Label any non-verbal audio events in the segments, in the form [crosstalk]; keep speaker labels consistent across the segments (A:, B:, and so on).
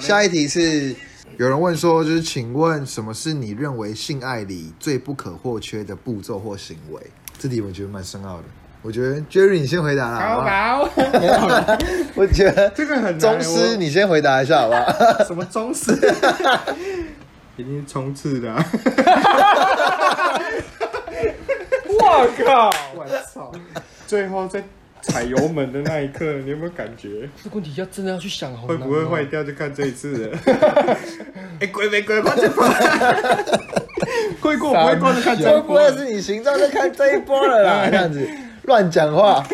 A: 下一题是有人问说，就是请问什么是你认为性爱里最不可或缺的步骤或行为？这题我觉得蛮深奥的。我觉得 Jerry 你先回答啦，好不好？
B: 好， [laughs]
A: 我觉得
B: 这个很难
A: 宗师
B: 我
A: 你先回答一下好不好？
B: 什么宗
A: [laughs]
B: 师？已经冲刺的、啊
C: 我靠！
B: 我操！最后在踩油门的那一刻，你有没有感觉
C: 这个问题要真的要去想，好
B: 会
A: 啊
C: 难
B: 不会
C: 哦
B: 坏？掉？就看这一
A: [laughs]
B: 次了。哎、鬼没鬼，快点！会过不会过的看这
A: 会 [laughs]
B: 一
A: 不会
B: 波。
A: 是你行照在看这一波了啦？
B: [laughs]
A: 这样子乱讲话，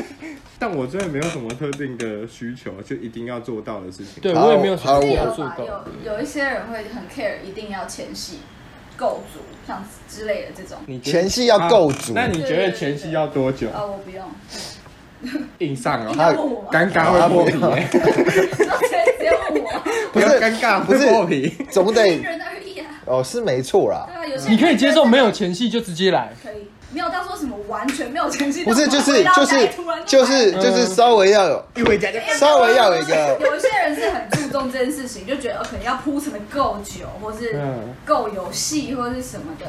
B: 但我真的没有什么特定的需求，就一定要做到的事情。
C: 对
A: 好
C: 我也没有想
A: 好
C: 过
A: 我
C: 要
D: 有
C: 做
D: 吧？
C: 到。
D: 有有一些人会很 care，一定要前戏够足，像之类的这种。
C: 你觉得
A: 前戏要够足。
B: 那你觉得前戏要多久？
D: 哦，我不用，
B: 硬上哦
A: 啊
D: 你，要问
A: [laughs]
D: 我吗？ [laughs]
B: 尴尬会破皮，
D: 直接问我，
B: 不要尴尬
A: 不
B: 会
A: 是
B: 破皮。
A: 总
D: 因
A: 得
D: 人而异啊。
A: 哦，是没错啦
D: 对。啊，有些人
C: 你可以接受没有前戏就直接来，
D: 可以，没有到说什么完全没有前戏，
A: 不是，就
D: 回
A: 是
D: 到家
A: 就
D: 里
A: 是
D: 突然
A: 就
D: 就来
A: 是就是
B: 嗯
A: 稍微要有，
B: 一回家就
A: 稍微要有一个
D: 哎有一些人是很注重这件事情，就觉得呃可能要铺陈的够久，或是
B: 嗯
D: 够有戏，或是什么的。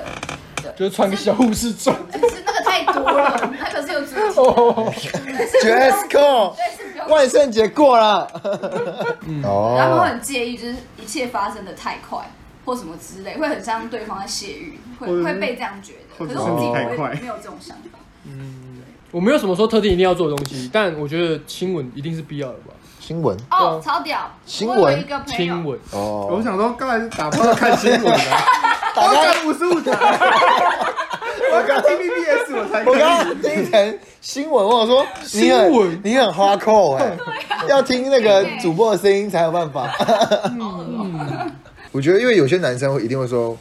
C: 就是穿个小护士装。
D: 可是那个太多了，那可是有主
A: [laughs]
D: 题，
A: dress code，
D: 但是不用。
A: 万圣节过了。
C: 嗯
D: 他们会
A: 哦，
D: 很介意，就是一切发生的太快。或什么之类，会很像对方在泄欲，
B: 或
D: 会
B: 者是
D: 会被这样觉得。
B: 或
D: 可
B: 者
D: 是
B: 是
D: 我自己
B: 你太
D: 不
B: 快
D: 会没有这种想法。
C: 我没有什么说特定一定要做的东西，但我觉得亲吻一定是必要的吧。
A: 新闻
D: 哦，超屌！
A: 新
D: 我
A: 闻
D: 有一个朋
C: 亲
D: 友，
C: 吻，
B: 我
A: 哦，
B: 想说，刚才是打包看新闻的，
A: 打
B: 我
A: 开
B: 看五十五台，我看 T V B S 我才
A: 我刚刚
B: 看。
A: 听成新闻，我想说你
C: 新
A: 很
C: 闻啊
A: 你很花扣哎，要听那个主播的声音才有办法。
C: 嗯
A: 我觉得，因为有些男生会一定会说，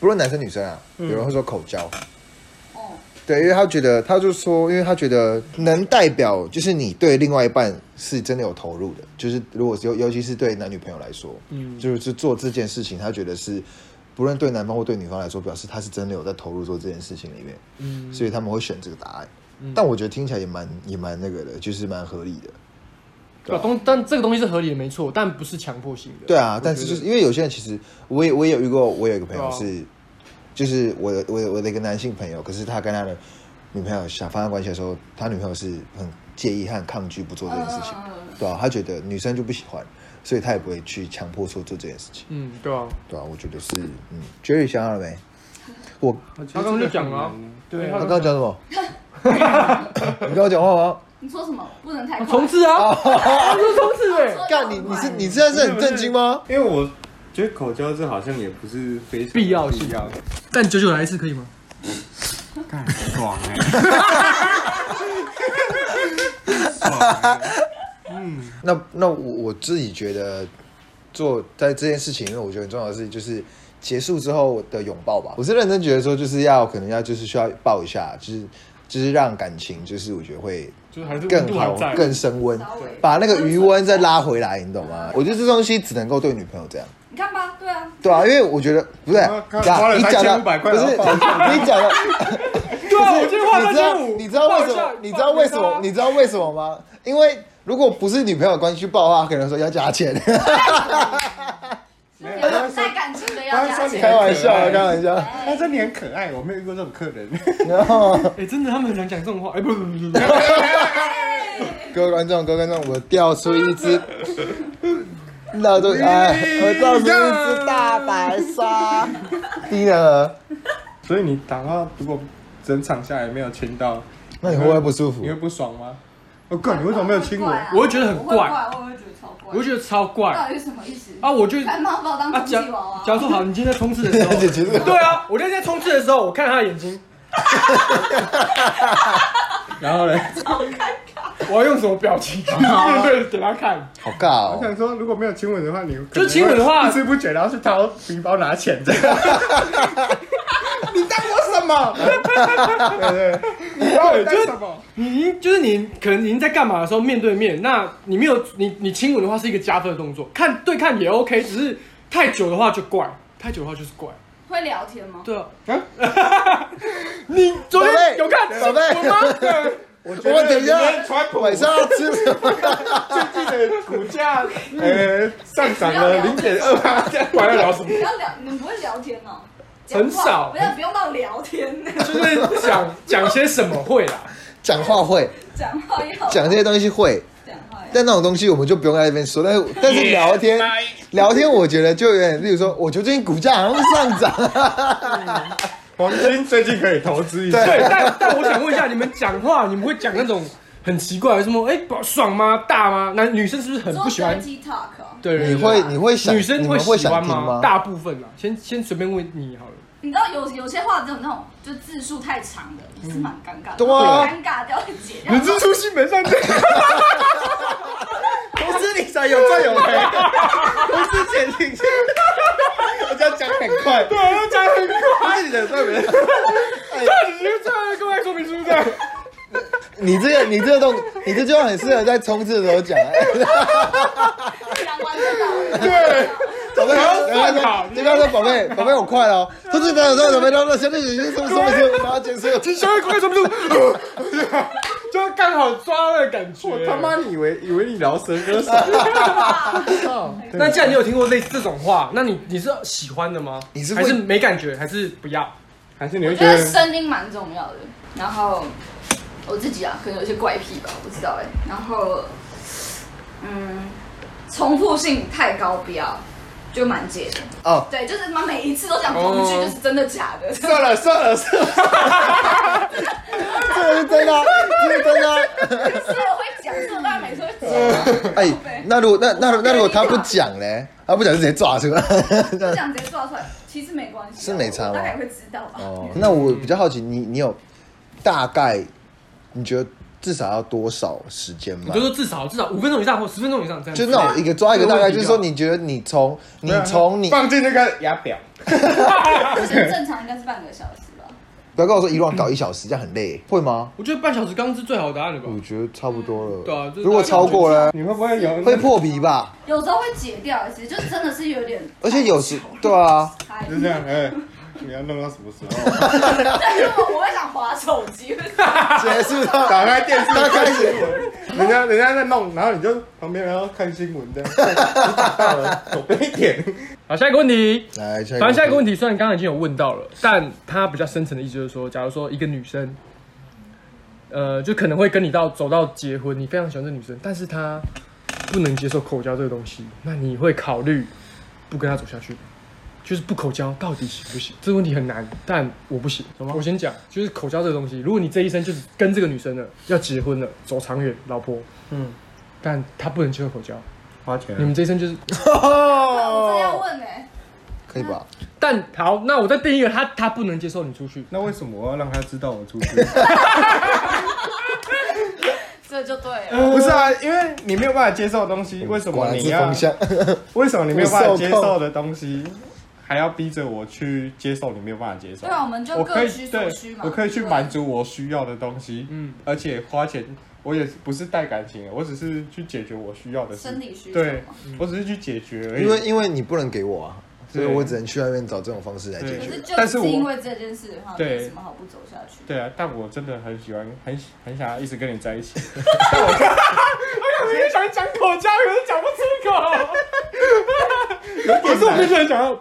A: 不论男生女生啊，
C: 嗯
A: 有人会说口交，
D: 哦，
A: 对，因为他觉得，他就说，因为他觉得能代表就是你对另外一半是真的有投入的，就是如果是尤尤其是对男女朋友来说，嗯，就是做这件事情，他觉得是不论对男方或对女方来说，表示他是真的有在投入做这件事情里面，嗯，所以他们会选这个答案。但我觉得听起来也蛮也蛮那个的，就是蛮合理的。
C: 对吧？东但这个东西是合理的，没错，但不是强迫性的。
A: 对啊，但是就是因为有些人其实，我也我也有遇过，我有一个朋友是，就是我的我的我的一个男性朋友，可是他跟他的女朋友想发生关系的时候，他女朋友是很介意和很抗拒不做这件事情，
D: 嗯嗯嗯
A: 对啊，他觉得女生就不喜欢，所以他也不会去强迫说做这件事情，
C: 嗯，对啊，
A: 对啊，我觉得是，嗯，Jerry 想好了没？我
C: 他刚刚就讲了啊，对，
A: 他刚刚讲什 [laughs] 么？你跟我讲话吗？
D: 你说什么？不能太快。
C: 重置啊，他说重置哎，
A: 干你！你是你现在是很震惊吗？
B: 因为我觉得口交这好像也不是非常
C: 必要性
B: 必要的，
C: 但九九来一次可以吗？
B: 干爽哎、爽欸
A: 那那我我自己觉得做在这件事情，因为我觉得很重要的事情就是结束之后的拥抱吧。我是认真觉得说，就是要可能要就是需要抱一下，就是就是让感情就是我觉得会
C: 就是还是温
A: 更
C: 度
A: 好
C: 还在，
A: 更升温
D: 稍微，
A: 把那个余温再拉回来，你懂吗？我觉得这东西只能够对女朋友这样。
D: 你看吧，对啊，
A: 对啊，因为我觉得不是
B: 我靠，
A: 你讲
B: 花了
A: 你讲的
B: 3500块
A: 不是
B: 然后 [laughs]
A: 你讲的，
C: 对啊，我
A: 你
C: 就花
A: 知道
C: 3500
A: 你知道为什
C: 放
A: 么
C: 下
A: 你知道为什么你知道为什么吗？因为如果不是女朋友关系去报的话，可能说要加
B: [laughs]
A: 钱。
D: 有带感情的要
B: 他
D: 加
B: 说你
D: 钱。
A: 开玩笑，啊开玩笑。
B: 他说你很可爱，我没有遇过这种客人。
A: 然后
C: 哎，真的他们很想讲这种话，哎，不不不不，
A: 各位观众，各位观众，我钓出一
B: [laughs]
A: 只，那都哎，我钓出一只大白鲨。低能儿，
B: 所以你打到如果整场下来没有亲到，
A: 那你会不会不舒服
B: 你？会不爽吗？我靠，你为什么没有亲我？
C: 我会觉得很
D: 怪
C: 怪
D: 啊，我会觉得超怪。
C: 我就觉得超怪
D: 到底是什么意思？
C: 啊，我就
D: 干嘛把我当
C: 啊，
D: 空气
C: 假
D: 娃娃？
C: 假如说好，你今天在冲刺的时
A: 而且其实
C: 候，对啊，我就在冲刺的时候，我看他的眼睛，
B: [laughs] 然后嘞，
C: 我要用什么表情面对给他看？
A: 好尬
B: 我
A: 哦。
B: 想说，如果没有亲吻的话，你可能
C: 就亲吻的话
B: 会不知不觉然后去掏皮包拿钱这
C: [laughs]
B: 样。你当我什么？对对，你当我当什么？
C: 你已经就是你可能已经在干嘛的时候面对面，那你没有你你亲吻的话是一个加分的动作，看对看也 OK，只是太久的话就怪，太久的话就是怪。
D: 会聊天吗？
B: [laughs]
C: 对啊，你昨
A: 宝贝
C: 天有看啊
A: 宝贝
C: 新闻吗？
B: 我
A: 我
B: 觉
A: 们
B: 得
A: 等一下
B: 明天川普
A: 晚上要吃什么？
B: 最近的股价
C: [laughs]
B: 呃上涨了零点二啊八， [laughs] 我还要聊什么
D: 不？要聊，你们不会聊天哦。讲
C: 很
D: 话
C: 少
D: 不要不用到聊天，
C: 就是讲讲些什么
B: [laughs]
C: 会啦。
A: 讲话会，
D: 讲话要
A: 讲这些东西会，
D: 讲话要。
A: 但那种东西我们就不用在那边说。但是但是聊天聊天，我觉得就有点，例如说，我觉得最近股价好像上涨，
B: 黄金最近可以投资一下，
C: 对，但但我想问一下，你们讲话，你们会讲那种很奇怪，什么哎、爽吗？大吗？男女生是不是很
D: 做
C: 不喜欢？
D: dirty talk 哦，
C: 对，对
A: 你
C: 对
A: 会你会想
C: 女生
A: 你们会
C: 喜
A: 想
C: 欢
A: 听吗？
C: 大部分啦，先先随便问你好了。
D: 你知道有有些话只有那种就字数太长的，
C: 嗯
D: 也是蛮尴尬的，
A: 对啊
D: 尴尬掉一截。
C: [laughs]
B: 人之初性本善，投资理财有赚有赔，投资前进。
A: [laughs]
B: 我这样讲很快，对，我讲很快，你的对不对？
C: 你就这样跟我说明书这样，
A: 你这个你这个东你这句话很适合在冲刺的时候讲、
D: 讲完就倒了。
A: 宝贝，
C: 要
A: 然后
C: 算好
A: 说，对方说宝贝，宝贝，我快了哦，通知朋友说准备到那小弟弟什么什么什么，然后结束。
C: 你稍微跟我说明书，呃就是刚好抓那个感觉。
B: 我他妈以为以为你聊蛇歌手，
C: 那既然你有听过类似这种话，那你你是喜欢的吗？
A: 你是会
C: 还是没感觉，还是不要？
B: 还是你会
D: 我
B: 觉
D: 觉得
B: 得
D: 声音蛮重要的。然后我自己啊，可能有一些怪癖吧，我不知道哎、然后，嗯，重复性太高，不要，就蛮戒的。
A: 哦，
D: 对，就是妈每一次都讲同一句，
C: 哦
D: 就是真的假的。 [laughs]
B: 算了算了算了，
A: 这个是真的啊，这个是真的啊。
D: 所以我会讲，所以我当然每
C: [laughs]
D: 次会讲。
A: [laughs] 哎，那如果那那那如果他不讲嘞，他不讲就直接抓出来。
D: 就这样直接做出来，其实没关系啊，
A: 是没差吗
D: 我大概也会知道吧。
A: 哦， [laughs] 那我比较好奇，你你有大概你觉得至少要多少时间
C: 你
A: 吗
C: 就？说至少至少五分钟以上或十分钟以上这样子。
A: 就那种一个抓一个大概，
C: 对
A: 就是说你觉得你从你从你
B: 放进那个牙表，
D: 而且正常应该是半个小时吧。
A: 不要跟我说一乱搞一小时，这样很
C: 嗯
A: 累，会吗？
C: 我觉得半小时刚是最好的答案了吧？
A: 我觉得差不多了。
C: 啊对啊就是
A: 如果
C: 大概
A: 超过了，
B: 你会不会有
A: 会？破皮吧？
D: 有时候会解掉，其实就真的是有点
A: 而且有
C: [laughs]
A: 时对啊，
D: 嗨。
B: 就这样，哎，你要弄到什么时候？
D: 但是我我会想划手机，
A: 结束到
B: 打开电视
A: 他开
B: 看新
A: 始
B: 闻，人家人家在弄，然后你就旁边然后看新闻这样，到了左边一点，
C: 好，下一个问题。
A: 来，下
C: 反正下一个问
A: 题，
C: 题，虽然刚刚已经有问到了，但他比较深层的意思就是说，假如说一个女生，呃，就可能会跟你到走到结婚，你非常喜欢这女生，但是她不能接受口交这个东西，那你会考虑不跟她走下去，就是不口交到底行不行？这个问题很难，但我不行，懂吗？我先讲，就是口交这个东西，如果你这一生就是跟这个女生了，要结婚了，走长远，老婆，
B: 嗯，
C: 但她不能接受口交，
B: 花钱啊
C: 你们这一生就是
D: 我真要问哎、
A: 可以吧？
C: 但好，那我再定义了，他他不能接受你出去，
B: 那为什么我要让他知道我出去？
D: 这就对
B: [laughs]
D: 了。
B: 不是啊，因为你没有办法接受的东西，为什
A: 果
B: 么
A: 然
B: 你
A: 是
B: 要
C: 啊
A: 风？向？
B: 为什么你没有办法接受的东西，还要逼着我去接受你没有办法接受？
D: 对啊我们就
B: 我可
D: 各取
B: 以
D: 所
B: 对
D: 需嘛，
B: 我可以去
D: 对
B: 满足我需要的东西，
C: 嗯，
B: 而且花钱，我也不是带感情的，我只是去解决我需要的事
D: 生理需求
B: 对
D: 嘛，
B: 我只是去解决而已。
A: 因为因为你不能给我啊，所以
B: 对
A: 我只能去外面找这种方式来解
D: 可
A: 决
D: 是。
B: 但
D: 就是是
B: 我
D: 因为这件事的话，
B: 对
D: 没什么好不走下去。
B: 对啊，但我真的很喜欢，很喜很想要一直跟你在一起。
C: 我也想讲口交，可是讲不出口。
B: 可是我
C: 我就很想要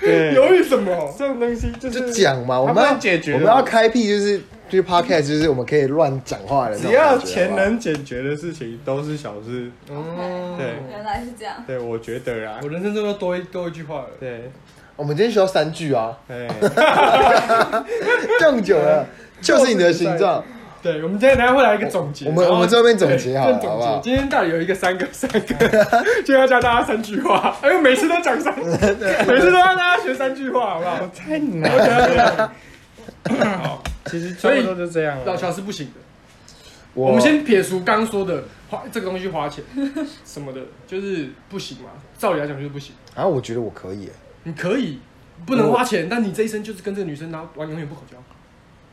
B: 对，
C: [laughs] 犹豫什么？
B: 这种东西就是
A: [laughs] 就讲嘛，我
B: 他
A: 们要
B: 不能解决的
A: 我们要开辟就是就是 podcast，就是我们可以乱讲话的那种
B: 只
A: 感觉。
B: 要钱
A: 好不好
B: 能解决的事情都是小事。
D: OK，
B: 对
D: 原来是这样。
B: 对，我觉得啊
C: 我，人生中又多一多一句话了。
B: 对，
A: 我们今天需要三句啊， [laughs]
B: 哎，
A: 更久了，就是你的形状。
C: 对，我们今天等一下会来一个总结。
A: 我们
C: 然后
A: 我们这边总结好了
C: 对这边
A: 好不好
C: 总结今天到底有一个三个 [laughs] 三个，今天要教大家三句话。哎呦，每次都
A: [laughs]
C: 讲三，每次都让大家学三句话，好不好？
B: 哦太难了。好其实差不多就这样
C: 老
B: 了。
C: 乔是不行的。
A: 我
C: 我们先撇除刚说的花这个东西 [laughs] 花钱什么的，就是不行嘛。照理来讲就是不行。
A: 啊，我觉得我可以耶，
C: 你可以不能花钱，但你这一生就是跟这个女生然后玩永远不口交，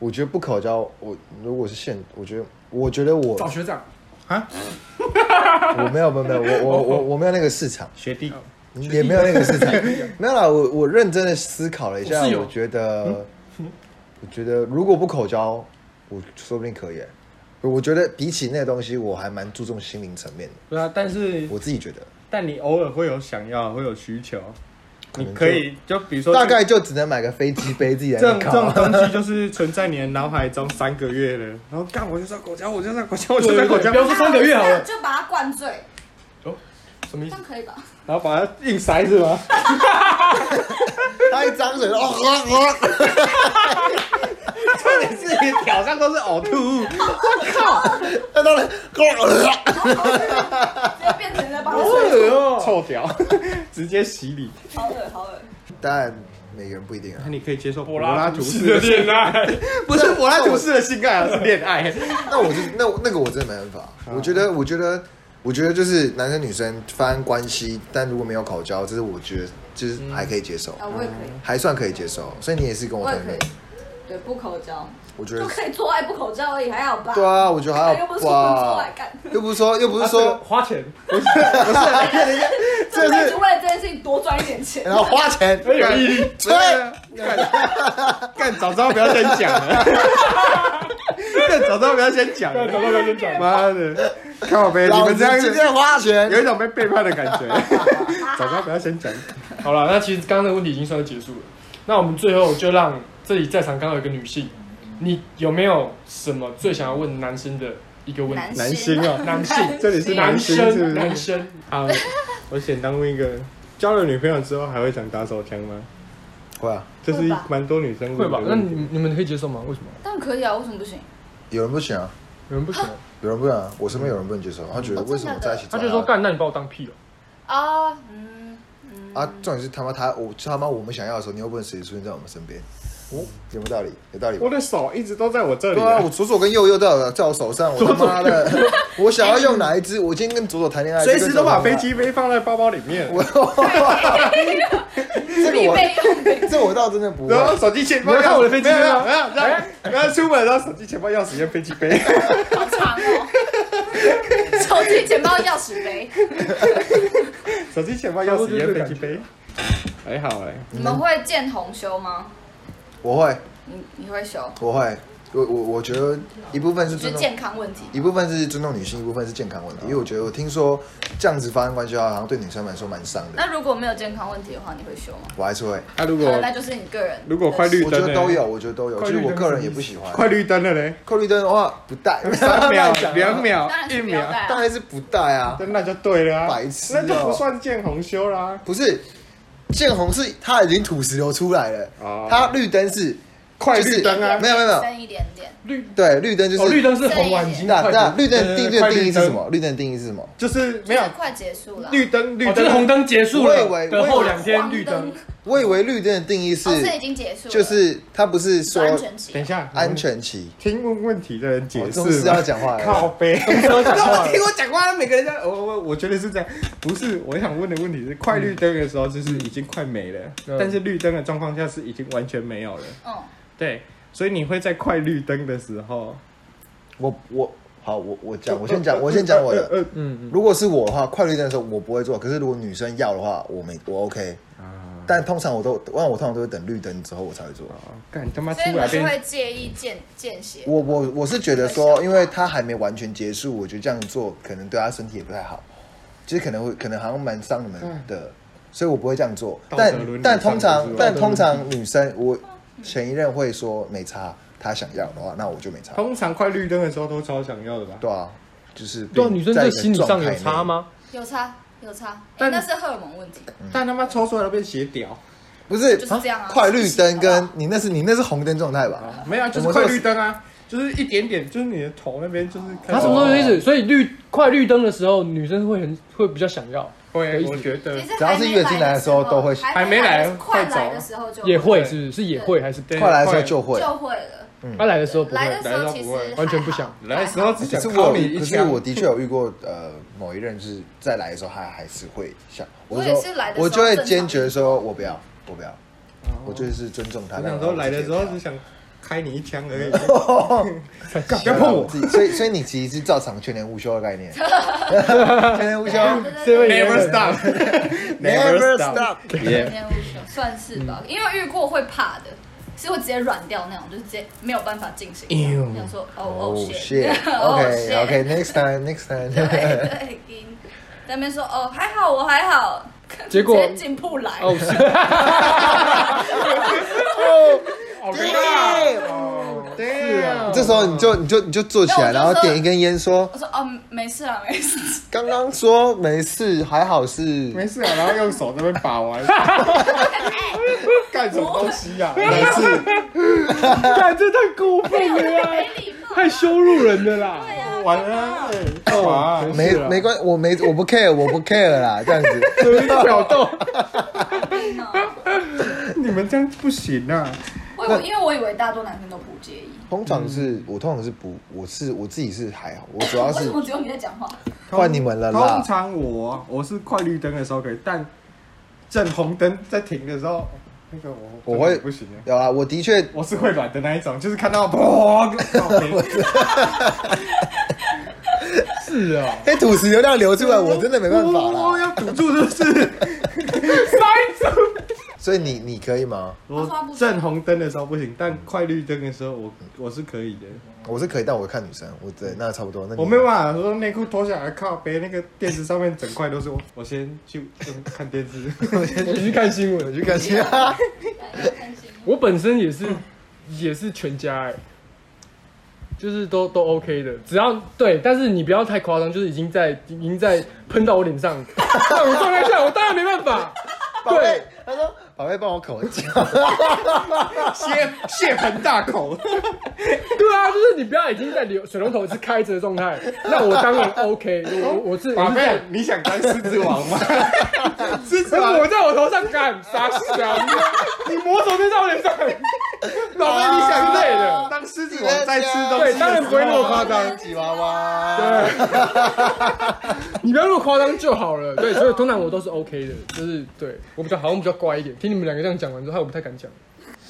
A: 我觉得不口交，我如果是现，我觉得我觉得
C: [laughs]
A: 我
C: 找学长。
A: 我没有没有没有我我我我没有那个市场。
B: 学弟，
A: [laughs] 也
B: [laughs]
A: 没有那个市场，没有啦。我我认真的思考了一下，
C: 我是有
B: 嗯
A: 我觉得，我觉得如果不口交，我说不定可以欸。我觉得比起那个东西，我还蛮注重心灵层面的。
B: 对啊，但是
A: 我自己觉得，
B: 但你偶尔会有想要，会有需求，
A: 能就
B: 你可以就比如说
A: 大概就只能买个飞机杯自己来
B: 这种这种
A: 烤。
B: 东西就是存在你的脑海中三个月了，然后干我就是要口交，我就是要口交，我就是要口交
C: 不，要说三个月好了，
D: 就把它灌醉，
B: 哦
C: 什么意
D: 这
C: 思？
D: 样可以吧？ [laughs]
B: 然后把它硬塞是吗？
A: 他一张嘴，哦，啊啊
B: 重点是你的挑上都是呕吐物，
A: 那当然，啊
D: 然后直接变成在帮他
B: 好
D: 吹，
B: 恶哦，臭屌，直接洗礼。
D: 好恶好恶。
A: 当然每个人不一定啊
B: 那。你可以接受柏
C: 柏
B: 拉
C: 拉
B: 图
C: 图
B: 式
C: 式
B: 的
C: 的
B: 恋爱，不是柏拉图式的性爱，而是恋爱。
A: 那我就那我那个我真的没办法，
B: 啊
A: 我觉得我觉得我觉得就是男生女生发生关系，但如果没有口交，这是我觉得就是还可以接受，
D: 啊，我也可以，
A: 还算可以接受。所以你也是跟嗯我
D: 我也
A: 同
D: 可
A: 类
D: 以，，对，不口交
A: 我觉得
D: 就可以做爱不口交而已，还好吧？
A: 对啊，我觉得还
D: 又
A: 好
D: 不是不能做
A: 吧
D: 爱，干，
A: 又不是说又不是
C: 啊这个
A: 说，
C: 花
A: [laughs]
C: 钱，
D: 这辈子为了这件事情多赚一点钱。
A: 然后花钱， [laughs]
B: 哎有毅力，
A: 对，
B: 干干，早知道不要先讲了，干早知道不要先讲
C: 对，
B: 了
C: 找，到人讲。
B: 妈的，靠呗，你
A: 老
B: 们
A: 子
B: 这样
A: 今天花钱
B: 有，一种被背叛的感觉，早知道不要先讲。
C: 好了，那其实刚刚的问题已经算是结束了。那我们最后就让这里在场刚好有一个女性，你有没有什么最想要问男生的一个问题？
B: 男星哦
C: 男性，
B: 这里是
C: 男
B: 性是不是
C: 生，男生，
B: 好，我简单问一个，交了女朋友之后还会想打手枪吗？
A: 会啊，
B: 这是
D: 会吧
B: 蛮多女生
C: 会
B: 问的
C: 吧？那
B: 问题。
C: 你你们可以接受吗？为什么？
D: [laughs] 但可以啊，为什么不行？
A: 有人不行啊，
C: 有人不行，
A: 有人不能啊，我身边有人不能接受，他觉得
D: 哦真的
A: 为什么在一起
C: 他
A: 长大，
C: 就说干，那你把我当屁哦。
D: 啊，嗯嗯
A: 啊，重点是他妈他我他妈我们想要的时候，你又不能随时出现在我们身边，哦，有没有道理？有道理吧
B: 我？的手一直都在我这里
A: 对
B: 啊、
A: 啊，我左手跟右右都有在我手上，我他妈 [laughs] 的，我想要用哪一只？我今天跟左手谈恋爱，
B: 随时都把飞
A: 就
B: 机杯放在包包里面，
A: 跟左手谈恋爱。这个
D: 必
A: 我
D: 备用品。
A: 这我倒真的不 [laughs]
B: 然后
A: 会，
B: 手机钱包
C: 你要看我的飞机杯
B: 没有
C: 吗
B: 没有没有，然后然后出门然后手机钱包钥匙跟飞机杯，
D: 好长哦。手机、钱包、钥匙杯，
B: 手机钱包钥匙跟飞机杯，还好哎、
D: 你们会见红修吗？
A: 我会，
D: 你你会修？
A: 我会，我我我觉得一部分是
D: 就
A: 尊
D: 是
A: 重，
D: 健康问题。
A: 一部分是尊重女性，一部分是健康问题。
B: 啊
A: 因为我觉得我听说这样子发生关系的话，好像对女生来说蛮伤
B: 啊
A: 的，
D: 那如果没有健康问题的话，你会修吗？
A: 我还是会。
B: 那、如
D: 好
B: 果
D: 那就是你个人。
B: 如果快绿
A: 我觉
B: 灯
A: 得
B: 呢
A: 都有，我觉得都有。
C: 快
A: 其
C: 绿
A: 实
C: 灯
A: 我个人也不喜欢。
B: 快绿灯了
D: [laughs]
B: 嘞，
A: 扣绿灯的话不戴，
B: [laughs] 三秒
A: 乱、讲
B: 两，秒
D: 当然、
B: 一
D: 是不要
B: 秒，
D: 带
A: 当
D: 啊。
A: 然是不戴啊。
B: 那就对了啊，
A: 白痴哦
B: 那就不算见红修啦。
A: 不是，建红是它已经土石流出来了，
B: 哦
A: 它绿灯是
B: 快
A: 就是
B: 绿灯啊
A: 没有没有没有，
D: 深一点点。
C: 绿
A: 对，绿灯就是、啊
C: 哦，绿。灯是红完已经
A: 那
C: 快
A: 那
C: 点，
A: 绿灯定
B: 对
A: 绿
B: 快
A: 灯
B: 绿
A: 定义是
B: 灯
A: 什么？绿灯定义是什么？
B: 就是没
D: 就
B: 有
D: 是快结束了。
B: 绿灯，绿
C: 哦，
B: 灯
C: 就是红灯结束
A: 我以
C: 了
A: 为
C: 的后两天
D: 黄
C: 绿灯，
A: 我以为绿灯的定义是，
D: 哦，这已经结束了。
A: 就是它不是说
D: 安全期。
B: 等一下，
A: 安全期，
B: 听问问题的人解
A: 我
B: 释
A: 终是
B: 嘛
A: 要讲话了。
B: 靠背，
C: 话了
B: 听我讲话，每个人哦在，我我我觉得是这样，不是我想问的问题是，快绿灯的时候就是已经快没了，
C: 嗯
B: 但是绿灯的状况下是已经完全没有了，
D: 嗯，
B: 对，所以你会在快绿灯的时候，
A: 我我好，我我讲，我先讲，我先讲我的。
B: 呃，呃
C: 嗯，
A: 如果是我的话，快绿灯的时候我不会做，可是如果女生要的话，我没我 OK。
B: 啊，
A: 但通常我都，我我通常都会等绿灯之后我才会做。
B: 哦干他妈
D: 所以
B: 出
D: 你
B: 来
D: 们是
B: 变，
D: 会介意见见血？
A: 我我我是觉得说，因为他还没完全结束，我觉得这样做可能对他身体也不太好，就是可能会可能好像蛮伤你们的，所以我不会这样做。
B: 嗯道德
A: 但
B: 伦理
A: 但通
B: 上
A: 常
B: 就是
A: 但通常女生，我前一任会说没差，她想要的话，那我就没差。
B: 通常快绿灯的时候都超想要的吧？
A: 对啊，就是
C: 对啊，女生
A: 在
C: 在
A: 一个
C: 心理上
A: 状
C: 有
A: 态内
C: 差？吗？
D: 有差有差，哎，
C: 但
D: 那是荷尔蒙问题。
B: 但他妈抽出来都变斜屌，
A: 不是，
D: 就是这样啊
A: 快绿灯
D: 好
A: 跟
D: 不好
A: 你那是你那是红灯状态吧？
B: 啊没有啊，就是
A: 我
B: 快
A: 们这
B: 绿灯啊，就是一点点，就是你的头那边就是开始，
C: 他什么时候有意思？所以绿快绿灯的时候，女生会很会比较想要，有
B: 会，
C: 意思
B: 我觉得
D: 其实
A: 只要是月经来的时候都会
D: 还没来的时候，快来的时候就
C: 也会是不是是也会还是
B: 对
A: 快来的时候就会。
D: 就会了。
C: 他来的时候不
D: 来
C: 会
D: 的，时候其实
B: 来的时候不会
C: 完全不想。
B: 来的时候只
A: 哎可
B: 想
A: 是
B: 敲
A: 我，
B: 你一
A: 可是
B: 枪
A: 我。的确有遇过，呃，某一任就是在来的时候，他还是会想，
D: 我
A: 就
D: 也
A: 说
D: 是来的时候
A: 我就会坚决说，我不要，我不要，我就是尊重他。
B: 哦我
A: 但
B: 想
A: 我哦
B: 说来的时候只
A: 是
B: 想开你一枪而已，
A: 不
B: [laughs] 不要碰我。
A: 自己所以，所以你其实是照常全年无休的概念，
D: [laughs]
A: 全年无休
D: 对对对，
B: Never stop,
A: ，never stop。
D: 天无休算是吧，因为遇过会怕的，是会直接软掉那种，就是直接没有办法进行
C: 哎呦。
D: 想说哦哦
A: 哦
D: shit，哦 [laughs]
A: shit，OK
D: shit
A: OK，next time，next
D: [laughs] 对
A: time。
D: 对，嗯在那边说哦还好我还好，
C: 结果
D: 直接进不来。
C: 哦，是
B: 好尴尬。
A: 对
B: 哦
C: 啊
A: 这时候你就你就你就坐起来，
D: 那
A: 然
D: 我就说
A: 后点一根烟，说
D: 我说哦没事啊没事，
A: 刚刚说没事，还好是
B: 没事啊，然后用手在那边把玩，干什么东西啊呀、
A: 没事，
C: 干这太过分了啊，
D: 没礼貌。
C: 太羞辱人的啦。
B: 玩啊，哎干嘛啊、
A: 没
C: 是啊
A: 没关，我没我不 care，我不 care 啦，这样子。
C: 挑逗，
B: 你们这样不行啊！
D: 我以为因为我以为大多男生都不介意，
A: 通常是我通常是不，我是我自己是还好，我主要
D: 为什
A: 是
D: 么只有你在讲话？
A: [laughs] 换你们了
B: 通
A: 啦。
B: 常我我是快绿灯的时候可以，但正红灯在停的时候，那个我
A: 我会
B: 不行的。
A: 有啊，我的确
B: 我是会软的那一种，就是看到砰，靠北
A: [laughs]
C: 是啊，
A: 被土石流量流出来，我真的没办法
B: 我我
A: 啦。
B: 要堵住就是。
A: 所以你你可以吗？
D: 他说他不
B: 我正红灯的时候不行，但快绿灯的时候我我是可以的。
A: 我是可以，但我看女生，我对那差不多。那你
B: 我没有办法说内裤脱下来靠背，那个电视上面整块都是我。我先去看电视， [laughs]
C: 你去看新
A: 我
C: 闻。
A: 去感谢。
D: 担心
C: 我本身也是，也是全家哎、就是都都 OK 的，只要对，但是你不要太夸张，就是已经在已经在喷到我脸上，那种状态下，我当然没办法。
A: 宝贝
C: 对，
A: 他说宝贝帮我口交，
B: 血血盆大口。
C: 对啊，就是你不要已经在流水龙头是开着的状态，那我当然 OK，我我我是
B: 宝
C: 我是
B: 贝，你想当狮子王
C: [laughs]
B: 吗？狮子王，
C: 我在我头上干傻笑，你抹手就在我脸 [laughs] 上，
B: 宝贝，你想
C: 之类的。
B: 当狮子王在吃东西的时候，
C: 对当然不会那么夸张
A: 吉娃娃。
C: 对， [laughs] 你不要那么夸张就好了。对，所以通常我都是 OK 的，就是对我比较好像比较乖一点。听你们两个这样讲完之后，害我不太敢讲，啊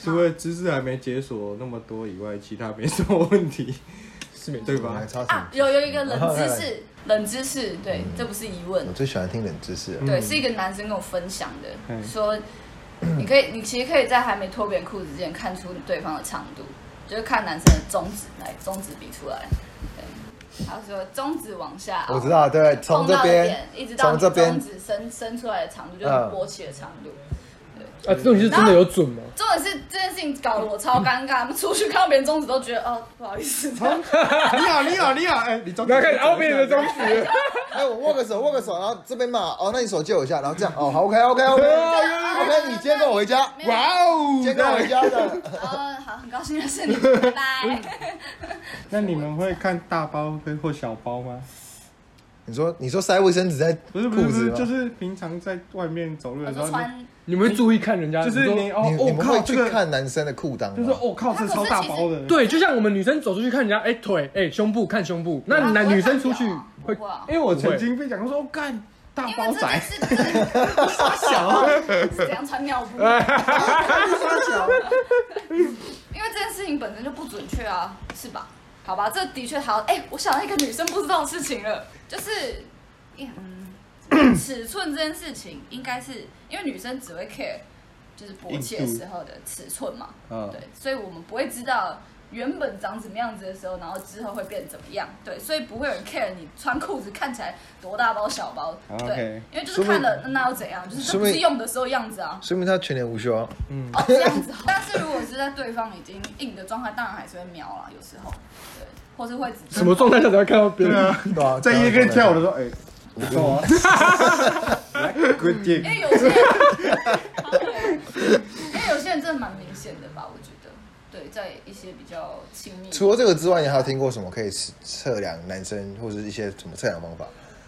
B: 除了知识还没解锁那么多以外，其他没什么问题，
C: 是没错。
B: 对
A: 还
B: 吧？
C: [laughs]
A: 差什
D: 啊
A: 么，？
D: 有有一个冷知识，冷知识，对，这不是疑问
A: 我，最喜欢听冷知识了。
D: 对，是一个男生跟我分享的，
B: 嗯
D: 说你可以，你其实可以在还没脱别人裤子之前看出对方的长度，就是看男生的中指来，中指比出来，对，他说中指往下凹，
A: 我知道，对，从
D: 碰
A: 这
D: 到的
A: 边
D: 点，一直到
A: 从
D: 你
A: 这
D: 中
A: 边，
D: 指伸伸出来的长度，就是
A: 嗯
D: 勃起的长度。
C: 啊，这种就是真的有准吗？
D: 重点是这件事情搞得我超尴尬，他 [laughs] 们出去看到别人中指都觉得哦不好意思，
A: 啊
B: 你好，你好，你好，哎，你中
C: 不要 [laughs] 开始凹别人的中指，
A: 哎，我握个手，握个手，然后这边嘛，哦，那你手借我一下，然后这样， [laughs] 哦，好，OK，OK，OK，OK，、你今天跟我回家，
D: [laughs] 没有
B: 哇哦！
A: 今天跟我回家的。
D: 呃，好，很高兴认识你，拜拜。
A: [laughs]
B: 那你们会看大包跟或小包吗？
A: [laughs] 你说，你说塞卫生纸在
B: 不是不是
A: 裤
B: 不
A: 子啊
B: 是，
A: 吗？
B: 就是平常在外面走路
D: 我
B: 的时候，
D: 说
B: 你
D: 穿，
C: 你们会注意看人家，
B: 就是
C: 你
B: 你
C: 说
B: 哦
A: 你，
B: 我
A: 你们
B: 靠，
A: 会
B: 这
A: 去
B: 个
A: 看男生的裤裆
B: 就是哦
A: 吗？
B: 我靠，这超大包的，
C: 对，就像我们女生走出去看人家，哎、腿，哎、胸部看胸部，那男女生出去会
D: 哇
B: 因，为我曾经被讲过说，我哦干大
D: 因为
B: 包
D: 这个
B: 仔，
D: 是这个
B: 大
D: 啊 [laughs]
B: 小，
D: 是怎样穿尿布，啊因为这件事情本身就不准确啊，是吧？好吧，这的确好。哎、我想到一个女生不知道的事情了，就是，嗯，尺寸这件事情应该是因为女生只会 care 就是勃起的时候的尺寸嘛，
B: 嗯
D: 对，所以我们不会知道原本长什么样子的时候，然后之后会变怎么样，对，所以不会有人 care 你穿裤子看起来多大包小包，
B: 啊
D: 对
B: OK，
D: 因为就是看了那那又怎样，就是这不
A: 说
D: 是
A: 明
D: 用的时候样子啊。
A: 说明他全年无休
B: [laughs]
A: 啊。
D: 哦，这样子。 [laughs] 但是如果是在对方已经硬的状态，当然还是会瞄啦，有时候，对，或是会直接
C: 什么状态下才会看到别
B: 对
C: 人？
B: 啊，
A: 对啊，
B: 在夜店跳舞的时候，哎，不错啊哎，good
D: 因
B: dick，
D: 为有些人，因为有些人真的蛮明显的吧，我觉得，对，在一些比较亲密，
A: 除了这个之外，你还有听过什么可以测测量男生或者是一些什么测量方法？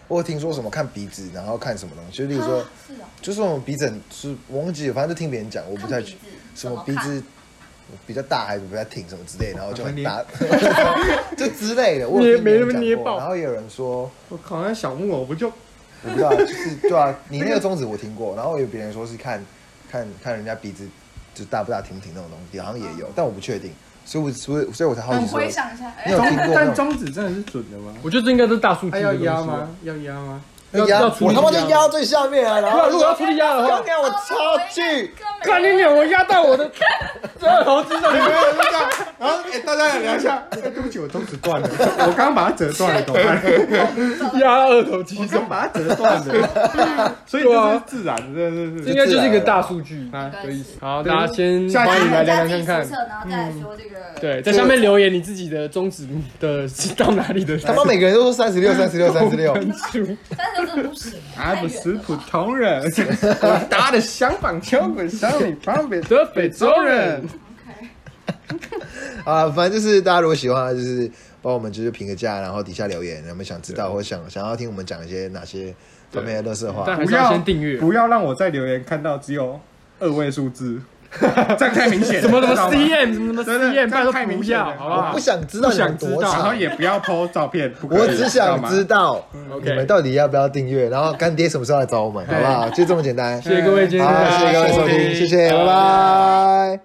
A: 我有听说什么看鼻子，然后看什么东西，就例如说，
D: 啊是啊，
A: 就是我们鼻枕是我忘记了，反正就听别人讲，我不太
D: 看鼻子
A: 什么
D: 怎
A: 鼻
D: 么看
A: 子比较大还是比较挺什么之类的，然后就很
B: 捏
A: 大， [laughs] 就之类的。我
C: 啊捏
A: 有听别人
C: 没那么
A: 讲
C: 捏
A: 过
C: 爆
A: 然后也有人说，
B: 我靠，那小木偶不就
A: 我不知道，就是对啊，你那个宗旨我听过，然后有别人说是看看看人家鼻子就大不大挺不挺那种东西，好像也有，但我不确定，所以我所以所以我才好奇
D: 嗯
A: 说
D: 回，想一下，哎
A: 你有，听过那
B: 但
A: 种？
B: 中指真的是准的吗？
C: 我觉得这应该都是大数据
B: 还要
C: 的东西
B: 哎
C: 啊
B: 压吗？？要压吗？
C: 要
A: 压
C: 要处
A: 我
C: 理
A: 他妈就
C: 压
A: 压到最下面啊！然
C: 对啊，
A: 后
D: 哦
C: 如果要处理压的话，
A: 干我超气，
D: 哥
B: [laughs]
D: 们
C: 干你娘！我压到我的，二头肌
B: 没有没有就这样。然后哎，大家也聊一下。哎对不起，我中指断了，我刚刚把它折断了，怎么 [laughs] 办？
C: 压二头
B: 我
C: 肌什
B: 刚
C: 么？
B: 把它折断了，所以
C: 对
B: 这
C: 啊
B: 是自然的，这
C: 这
B: 是
C: 应该就是一个大数据。
B: 啊
D: 该
B: 有意思。
C: 好，大家先
B: 下
C: 欢
B: 期
C: 迎来聊聊
D: 自己
C: 看看嗯
D: 注。册，然后再来说这个。
C: 对，在下面留言你自己的宗旨的 [laughs] 是到哪里的？
A: 他妈每个人都说三十六、三十六、三十六，
C: 分数
D: 但是真的不行，
B: 俺啊哎不是
D: 太远了
B: 普通人， [laughs] 我打的相反敲滚上你旁边
C: 得
B: 的
C: 北
B: 北
C: 州
B: 州
C: 人
B: 人。
D: OK
A: 啊，反正就是大家如果喜欢的话，就是帮我们就是评个价，然后底下留言，你们想知道或想想要听我们讲一些哪些方面的乐色话
C: 但。还是要先订阅。
B: 不要让我在留言看到只有二位数
C: [laughs]
B: 字，这样太明显了。
C: 什么什么
B: 知道吗
C: CM 什么什么
B: 真的
C: CM，拜托
B: 太明
C: 不
B: 显
C: 要，
B: 了
C: 好
A: 我
C: 不
A: 不想知道你们多
C: 不想知
B: 然
C: 道
B: 后
A: 长，
B: 也不要 po 照片，不可以
A: 我只想知
B: 道
A: 道
C: 好
A: 你们
C: ？OK，哎
A: 到底要不要订阅，然后干爹什么时候来找我们，好不好？就这么简单。
C: 谢谢各位今天
A: 好，
C: 的
A: 谢谢各位收
C: 收
A: 听，
C: 听，
A: 谢谢，拜拜。